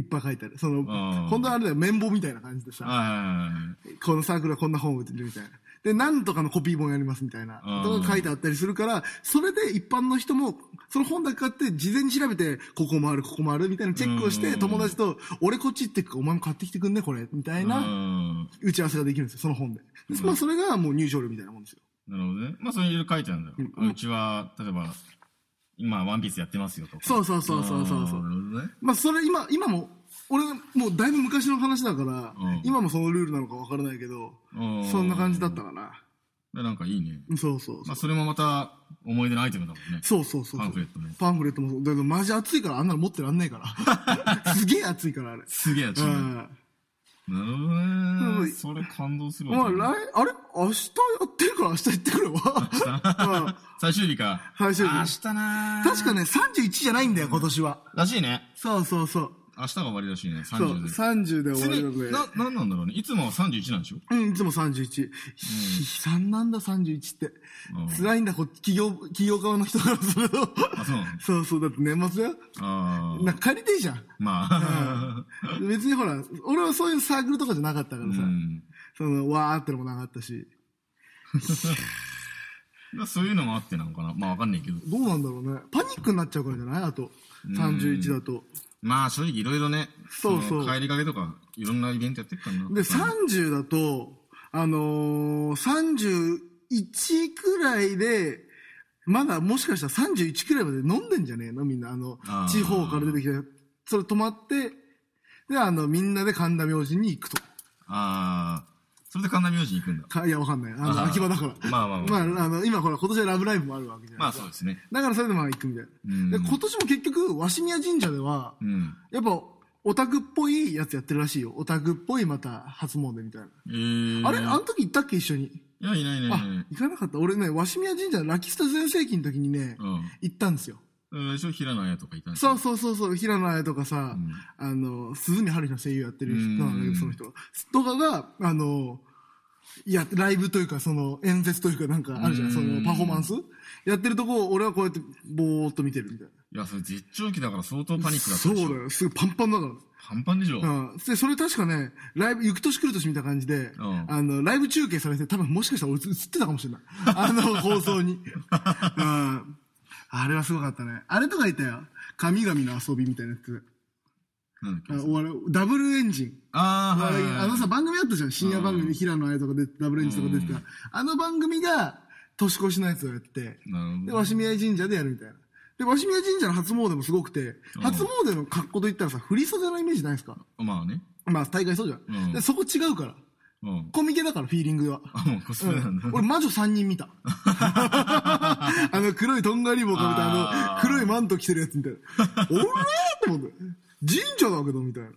Speaker 1: ぱい書いてある。その、本当はあれだよ、綿棒みたいな感じで
Speaker 2: あ。
Speaker 1: さ。
Speaker 2: はいはいはい
Speaker 1: このサークルはこんな本を売ってるみたいな。で、なんとかのコピー本やりますみたいな
Speaker 2: うん。
Speaker 1: とか書いてあったりするから、それで一般の人も、その本だけ買って、事前に調べて、ここもある、ここもある、みたいなチェックをし
Speaker 2: う
Speaker 1: て、
Speaker 2: ん
Speaker 1: 友達と、俺こっち行ってくからお前も買ってきてくんね、これ、みたいな
Speaker 2: うん
Speaker 1: 打ち合わせができるんですよ、その本で。でまあ、それがもう入場料みたいなもんですよ。
Speaker 2: なるほどね。まあ、それいろいろ書いてあるんだよ。
Speaker 1: う
Speaker 2: うんちは、例えば、今、ワンピースやってますよとか。
Speaker 1: そうそうそうそうそうそう
Speaker 2: あーなるほどね。
Speaker 1: まあ、それ今、今も、俺、もうだいぶ昔の話だから
Speaker 2: うん、
Speaker 1: 今もそのルールなのかわからないけど、
Speaker 2: う
Speaker 1: そんな感じだったかな。
Speaker 2: でなんかいいね。
Speaker 1: そうそうそ
Speaker 2: まあ、
Speaker 1: う。
Speaker 2: それもまた、思い出のアイテムだもんね。
Speaker 1: そうそうそうそう。
Speaker 2: パンフレットも。
Speaker 1: パンフレットもそう。だけどマジ熱いからあんなの持ってらんねえ から。すげえ熱いからあれ。
Speaker 2: すげえやつ。
Speaker 1: う
Speaker 2: なる
Speaker 1: ん。
Speaker 2: ほど
Speaker 1: う
Speaker 2: ね。
Speaker 1: ん
Speaker 2: それ感動する
Speaker 1: ま
Speaker 2: わ
Speaker 1: あ、。来、あれ明日やってるから明日行ってくれば。うん
Speaker 2: 最終日か。
Speaker 1: 最終日
Speaker 2: 明日なー
Speaker 1: 確かね、31じゃないんだよ、今年は。
Speaker 2: らしいね。
Speaker 1: そうそうそう。
Speaker 2: 明日が終わりらしいね。
Speaker 1: そう、
Speaker 2: 30で。
Speaker 1: 30で終わりの
Speaker 2: 常
Speaker 1: 上
Speaker 2: に。な、なんなんだろうね。いつもは31なんでしょ
Speaker 1: うん、いつも31。悲惨なんだ、31って
Speaker 2: うん。
Speaker 1: 辛いんだ、こ企業、企業側の人からすると。
Speaker 2: あ、そうなの
Speaker 1: そうそう、だって年末だよ。
Speaker 2: ああ。
Speaker 1: なんか借りていいじゃん。
Speaker 2: まあ。
Speaker 1: 別にほら、俺はそういうサークルとかじゃなかったか
Speaker 2: う
Speaker 1: らさ。
Speaker 2: ん。
Speaker 1: その、わーってのもなかったし。
Speaker 2: まあそういうのもあってなのかな。まあわかんないけど。
Speaker 1: どうなんだろうね。パニックになっちゃうからじゃないあと。31だと。
Speaker 2: まあ正直いろいろね。
Speaker 1: そうそう
Speaker 2: の帰りかけとか、いろんなイベントやってるからな。
Speaker 1: で、30だと、あのー、31くらいで、まだもしかしたら31くらいまで飲んでんじゃねえのみんな。あの
Speaker 2: あ、ー
Speaker 1: 地方から出てきて、それ泊まって、で、あの、みんなで神田明神に行くと。
Speaker 2: ああ。それで神田明神行くんだ。
Speaker 1: かいや、わかんない。あの、
Speaker 2: あー
Speaker 1: 秋葉だから。
Speaker 2: まあまあまあ
Speaker 1: まあ、あの、今ほら、今年はラブライブもあるわけじゃない
Speaker 2: まあ
Speaker 1: です
Speaker 2: そ
Speaker 1: か
Speaker 2: うですね。
Speaker 1: だからそれでまあ行くみたい
Speaker 2: うん
Speaker 1: な。で、今年も結局、鷲宮神社では
Speaker 2: う、ん。
Speaker 1: やっぱ、オタクっぽいやつやってるらしいよ。オタクっぽいまた初詣みたいな。
Speaker 2: えー、
Speaker 1: あれあの時行ったっけ一緒に。
Speaker 2: いや、いないいないいな
Speaker 1: あ
Speaker 2: い。、
Speaker 1: 行かなかった。俺ね、鷲宮神社のラキスタ全盛期の時にね、
Speaker 2: うん。
Speaker 1: 行ったんですよ。
Speaker 2: うん、一応平野綾とかいたんです
Speaker 1: そうそうそうそう、平野綾とかさ、あの、鈴見春日の声優やってる人なんだけ
Speaker 2: うん
Speaker 1: ど、その人。とかが、あの、いや、ライブというか、その、演説というかなんかあるじゃ
Speaker 2: うん
Speaker 1: ん、その、パフォーマンスやってるとこを、俺はこうやって、ぼーっと見てるみたいな。
Speaker 2: いや、それ絶頂期だから相当パニックだった
Speaker 1: そう
Speaker 2: でし
Speaker 1: だ
Speaker 2: ょ。
Speaker 1: よ、すごいパンパンだから。
Speaker 2: パンパンでしょ。
Speaker 1: うん。で、それ確かね、ライブ、行く年来る年見た感じで、
Speaker 2: ん
Speaker 1: あの、ライブ中継されて、多分もしかしたら俺映ってたかもしれない。 あの、放送に。うん。あれはすごかったね。あれとかいたよ。神々の遊びみたいなやつ。
Speaker 2: なんだっけ
Speaker 1: あお笑いダブルエンジン。
Speaker 2: ああ、はいはいはい。
Speaker 1: あのさ、番組あったじゃん。深夜番組、平野綾とかで、ダブルエンジンとか出てた。あの番組が、年越しのやつをやって、
Speaker 2: なるほ
Speaker 1: で、
Speaker 2: ど。
Speaker 1: 鷲宮神社でやるみたいな。で、鷲宮神社の初詣もすごくて、初詣の格好といったらさ、振り袖のイメージないですか
Speaker 2: まあね。
Speaker 1: まあ、大概そうじゃん。
Speaker 2: うん
Speaker 1: でそこ違うから。
Speaker 2: うん。
Speaker 1: コミケだから、フィーリングは。
Speaker 2: あ、もうコスプレなんだ。
Speaker 1: 俺、魔女3人見 た。あの黒いとんがり帽かぶって、あ
Speaker 2: あー
Speaker 1: の黒いマント着てるやつみたい な。おらーと思って。神社だけど、みたいな。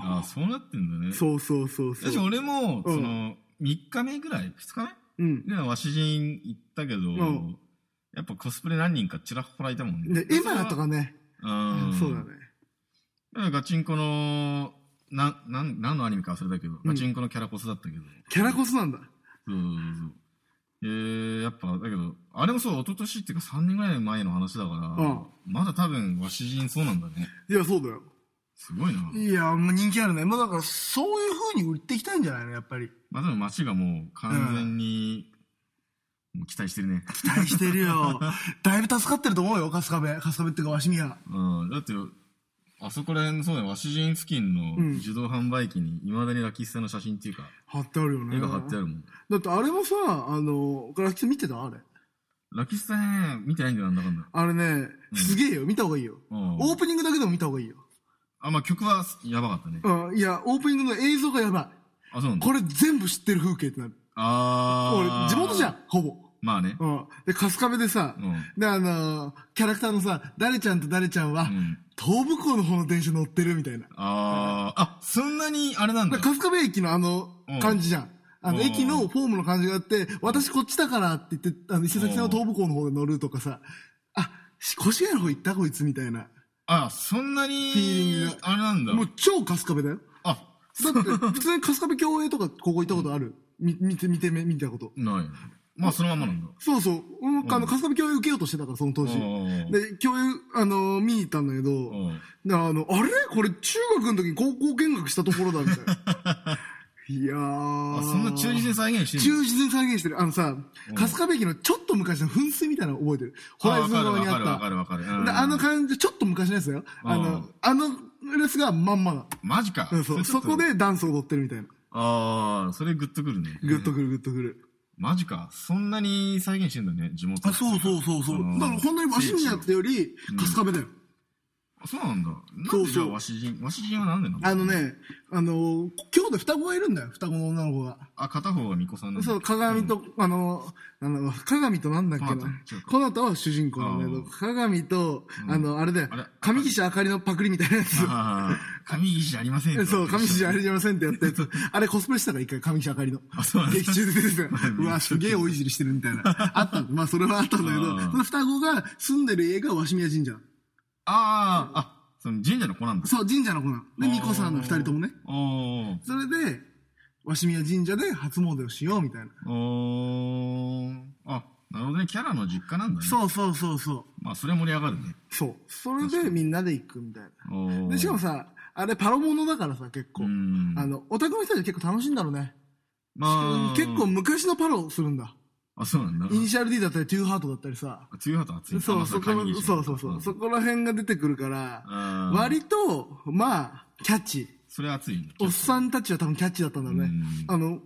Speaker 2: ああ、そうなってんだね。
Speaker 1: そうそうそう
Speaker 2: 確か
Speaker 1: そう。
Speaker 2: 俺も、
Speaker 1: うん
Speaker 2: その、3日目ぐらい ?2 日
Speaker 1: うん。
Speaker 2: 目で、和紙人行ったけど、
Speaker 1: ん
Speaker 2: やっぱコスプレ何人かちらほらいたもんね
Speaker 1: で。、エマとかね。
Speaker 2: うん。
Speaker 1: そうだね。
Speaker 2: だからガチンコの、な、なん、何のアニメか忘れたけど、ガチンコのキャラコスだったけど。
Speaker 1: キャラこそなんだ。
Speaker 2: そうそうそう。えー、やっぱ、だけど、あれもそう、一昨年っていうか3年ぐらい前の話だから、
Speaker 1: うん
Speaker 2: まだ多分、和紙人そうなんだね。
Speaker 1: いや、そうだよ。
Speaker 2: すごいな。
Speaker 1: いや、もう人気あるね。もうだから、そういう風に売っていきたいんじゃないのやっぱり。
Speaker 2: まあでも街がもう完全に、もう期待してるね。
Speaker 1: 期待してる よ。だいぶ助かってると思うよ、春日部。春日部っていうか、鷲宮。
Speaker 2: うん。だって、あそこら辺、そうだよ、鷲神付近の
Speaker 1: ん
Speaker 2: 自動販売機に、未だにラキスタの写真っていうか、
Speaker 1: 貼ってあるよね。
Speaker 2: 絵が貼ってあるもん。
Speaker 1: だってあれもさ、あの、ガラキス見てたあれ。
Speaker 2: ラキスタね、見てないんだよ、なんだかんだ。
Speaker 1: あれね、すげえよ、見た方がいいよ。
Speaker 2: うん
Speaker 1: オープニングだけでも見た方がいいよ。
Speaker 2: あ、まあ曲はやばかったね。
Speaker 1: うん、いや、オープニングの映像がやば
Speaker 2: あ、そうなん
Speaker 1: い。
Speaker 2: だ。
Speaker 1: これ全部知ってる風景ってなる。俺
Speaker 2: あ、ー。
Speaker 1: 地元じゃん、ほぼ。
Speaker 2: まあね。
Speaker 1: うん。で、春日部でさ、
Speaker 2: うん
Speaker 1: で、あのーキャラクターのさ、誰ちゃんと誰ちゃんは、
Speaker 2: ん
Speaker 1: 東武港の方の電車乗ってるみたいな。
Speaker 2: あー。あ、そんなに、あれなんだ
Speaker 1: で。春日部駅のあの
Speaker 2: うん、
Speaker 1: 感じじゃん。あの、
Speaker 2: うん
Speaker 1: 駅のフォームの感じがあって、私こっちだからって言って、あの、伊勢崎さんの東武港の方で乗るとかさ、あ、越谷の方行ったこいつみたいな。
Speaker 2: あ、そんなに
Speaker 1: フィーリング、
Speaker 2: あれなんだ
Speaker 1: も。う超春日部 だよ。
Speaker 2: あ、
Speaker 1: だって、普通に春日部競泳とかここ行ったことある、み、見て、見て、見たこと。
Speaker 2: ない。まあそのまんまなんだ。
Speaker 1: そうそう。うん、あの、春日部競泳受けようとしてたから、その当時。
Speaker 2: うん
Speaker 1: で、競泳、あのー見に行ったんだけど、
Speaker 2: うん。
Speaker 1: であの、あれこれ中学の時に高校見学したところだ、み たいな。いやー。
Speaker 2: あ、そんな忠実に再現してる
Speaker 1: 忠実に再現してる。あのさ、春日部駅のちょっと昔の噴水みたいなの覚えてる。ホライズン側にあっ
Speaker 2: わかるわかるわかるわか
Speaker 1: た。
Speaker 2: る。
Speaker 1: で、
Speaker 2: うん
Speaker 1: あの感じ、ちょっと昔のやつだよ。あ
Speaker 2: う
Speaker 1: の
Speaker 2: ん、
Speaker 1: あのレスがまんまだ。
Speaker 2: マジか
Speaker 1: うん。そう
Speaker 2: れちょ
Speaker 1: そ
Speaker 2: っと
Speaker 1: こ。でダンス踊ってるみたいな。
Speaker 2: ああ、それグッとくるね。
Speaker 1: グッとくるグッとくる。
Speaker 2: マジか。そんなに再現してんだね、地元。
Speaker 1: あ、そうそうそうそう。
Speaker 2: ん
Speaker 1: だから本当に鷲見やってより、春日部だよ。
Speaker 2: あそうなんだ。な
Speaker 1: そ
Speaker 2: ん
Speaker 1: う
Speaker 2: でじ
Speaker 1: そ
Speaker 2: ゃ
Speaker 1: う
Speaker 2: あ、わし人、わし人はなんでなの
Speaker 1: あの。ね、あのー、今日で双子がいるんだよ、双子の女の子が。
Speaker 2: あ、片方は巫女さんなんだ
Speaker 1: そう、鏡と、あの、あの、鏡となんだっけ
Speaker 2: コナタ
Speaker 1: な
Speaker 2: 違う。か
Speaker 1: この後は主人公なんだけ
Speaker 2: あ
Speaker 1: ど、
Speaker 2: ー
Speaker 1: 鏡と、あの、あれだよ
Speaker 2: あれ。
Speaker 1: 上岸あかりのパクリみたいなや
Speaker 2: ああ、神石じゃありませんよ
Speaker 1: つ。 そう、上岸ありじゃませんってやったやつ。あれコスプレしたから一回、上岸あかりの。
Speaker 2: あそうなんだ
Speaker 1: 劇中で出てた。うわ、すげえおいじりしてるみたいな。あった。まあ、それはあったんだけ
Speaker 2: あ
Speaker 1: ど、
Speaker 2: ー
Speaker 1: その双子が住んでる家が鷲宮神社。
Speaker 2: ああ、あ、その神社の子なんだ。
Speaker 1: そう、神社の子なの。で、巫女さんの二人ともね。
Speaker 2: おー
Speaker 1: それで、鷲宮神社で初詣をしようみたいな。
Speaker 2: おーあ、なるほどね。キャラの実家なんだね。
Speaker 1: そうそうそうそう。
Speaker 2: まあ、それは盛り上がるね。
Speaker 1: そう。それでみんなで行くみたいな。
Speaker 2: おー
Speaker 1: で、しかもさ、あれパロモノだからさ、結構。
Speaker 2: うん
Speaker 1: あの、オタクの人たち結構楽しいんだろうね。
Speaker 2: まあ、
Speaker 1: 結構、昔のパロするんだ。
Speaker 2: あ、そうなんだ。
Speaker 1: イニシャル D だったり、トゥーハートだったりさ。
Speaker 2: あ、強いハート熱い。
Speaker 1: そ
Speaker 2: あ
Speaker 1: う、そこ
Speaker 2: 神
Speaker 1: の、
Speaker 2: 石
Speaker 1: そうそうそう。そこら辺が出てくるから
Speaker 2: うん、
Speaker 1: 割と、まあ、キャッチ。
Speaker 2: それ熱いね。
Speaker 1: おっさんたちは多分キャッチだったんだろうね
Speaker 2: うん。
Speaker 1: あの、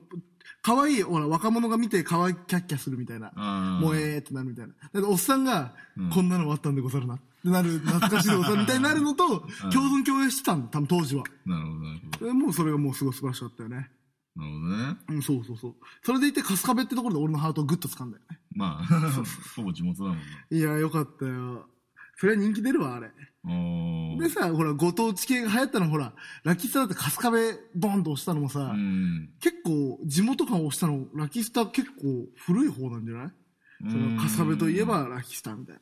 Speaker 1: 可愛い、ほら、若者が見て可愛いキャッキャするみたいな。
Speaker 2: あー
Speaker 1: 萌えーってなるみたいな。だっておっさんが、こんなのもあったんでござるな。ってなる、懐かしいでござるみたいになるのと、共存共栄してたんだ、多分当時は。
Speaker 2: なるほど、なるほ
Speaker 1: でもうそれがもうすごい素晴らしかったよね。
Speaker 2: ど。なるほどね。
Speaker 1: うん、そうそうそう。それでいて、春日部ってところで俺のハートをグッと掴んだよね。
Speaker 2: まあ、ほぼ地元だもんね。
Speaker 1: いや、よかったよ。それは人気出るわ、あれ。
Speaker 2: お
Speaker 1: で
Speaker 2: ー。
Speaker 1: さ、ほら、ご当地系が流行ったのほら、ラッキースターだって春日部ボンと押したのもさ、
Speaker 2: うん。
Speaker 1: 結構、地元感を押したの、ラッキースター結構古い方なんじゃないその、春日部といえばラッキースターみたいな。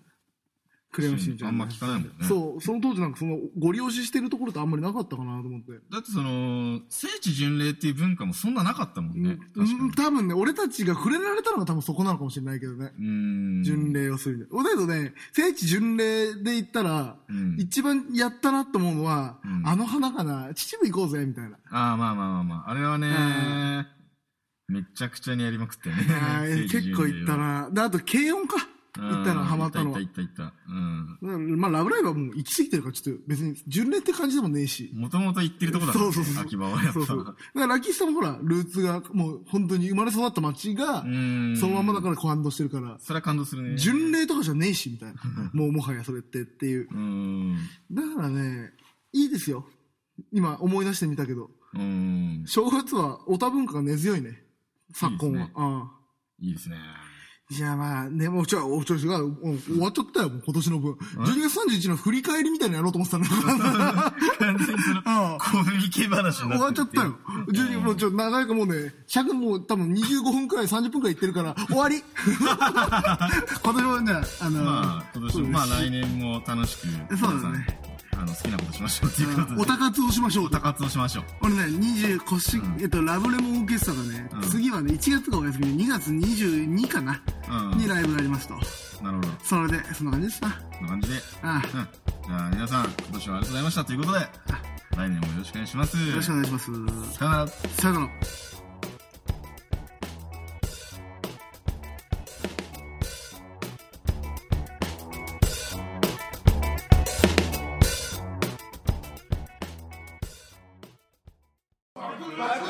Speaker 1: クレヨンしんちゃん。
Speaker 2: あんま聞かないもんね。
Speaker 1: そう、その当時なんかその、ご利用ししてるところってあんまりなかったかなと思って。
Speaker 2: だってその、聖地巡礼っていう文化もそんななかったもんね。
Speaker 1: う
Speaker 2: 確か
Speaker 1: ん
Speaker 2: に。
Speaker 1: 多分ね、俺たちが触れられたのが多分そこなのかもしれないけどね。
Speaker 2: うん。
Speaker 1: 巡礼をするみたいな。だけどね、聖地巡礼で行ったら、
Speaker 2: うん
Speaker 1: 一番やったなと思うのは、
Speaker 2: ん
Speaker 1: あの花かな、秩父行こうぜ、みたいな。
Speaker 2: ああ、まあまあまあまあ。あれはね、めちゃくちゃにやりまくってね
Speaker 1: あー。
Speaker 2: 聖地巡
Speaker 1: 結
Speaker 2: 礼を
Speaker 1: 構行った。な。で、あと、軽音か。
Speaker 2: あ
Speaker 1: 行ったの、ハマったのは
Speaker 2: 行。った行った行った。うん。
Speaker 1: だからまあ、ラブライブはもう行き過ぎてるから、ちょっと別に、巡礼って感じでもねえ し。
Speaker 2: もともと行ってるとこだか
Speaker 1: そ
Speaker 2: らね
Speaker 1: うそうそう。
Speaker 2: 秋葉はやっ
Speaker 1: そう
Speaker 2: ぱ。
Speaker 1: そうだからラッキーさんもほら、ルーツが、もう本当に生まれ育った街が、
Speaker 2: ん
Speaker 1: そのままだから感動してるから、
Speaker 2: それは感動するね。
Speaker 1: 巡礼とかじゃねえし、みたいな。もうもはやそれってっていう。
Speaker 2: うん。
Speaker 1: だからね、いいですよ。今思い出してみたけど。
Speaker 2: うん。
Speaker 1: 正月は、オタ文化が根強いね。昨今は。
Speaker 2: いいですね
Speaker 1: ああ
Speaker 2: いいですね。
Speaker 1: いや、まあ、ね、もう、ちょ、おちょ、違う、もう終わっちゃったよ、もう今年の分。12月31日の振り返りみたいなのやろうと思ってたんだけど
Speaker 2: 完全にその、
Speaker 1: ああ
Speaker 2: コミケ話に
Speaker 1: 終
Speaker 2: な
Speaker 1: わ
Speaker 2: っ
Speaker 1: ってちゃ
Speaker 2: る
Speaker 1: ったよ。12もうちょ、長いかもうね、100もう多分25分くらい、30分くらいいってるから、終わり今年もね、あの、
Speaker 2: まあ、今年も、まあ来年も楽しく、
Speaker 1: そうですね
Speaker 2: 皆さん。あの、好きなことしましょうっていうことで。
Speaker 1: おたかつをしましょう。
Speaker 2: 高活をしましょう。
Speaker 1: 俺ね、20腰、えっと、ラブレモンオーケストラがね、
Speaker 2: うん
Speaker 1: 次はね、1月がお休みで、2月22かな、
Speaker 2: うん
Speaker 1: にライブがありますと。
Speaker 2: なるほど。
Speaker 1: それで、そんな感じですな。
Speaker 2: こんな感じで。
Speaker 1: あ
Speaker 2: うん。じゃあ皆さん、今年はありがとうございましたということで、来年もよろしくお願いします。
Speaker 1: よろしくお願いします。
Speaker 2: さよなら。
Speaker 1: さよなら。
Speaker 4: 爆裂ラジオ X ラジオ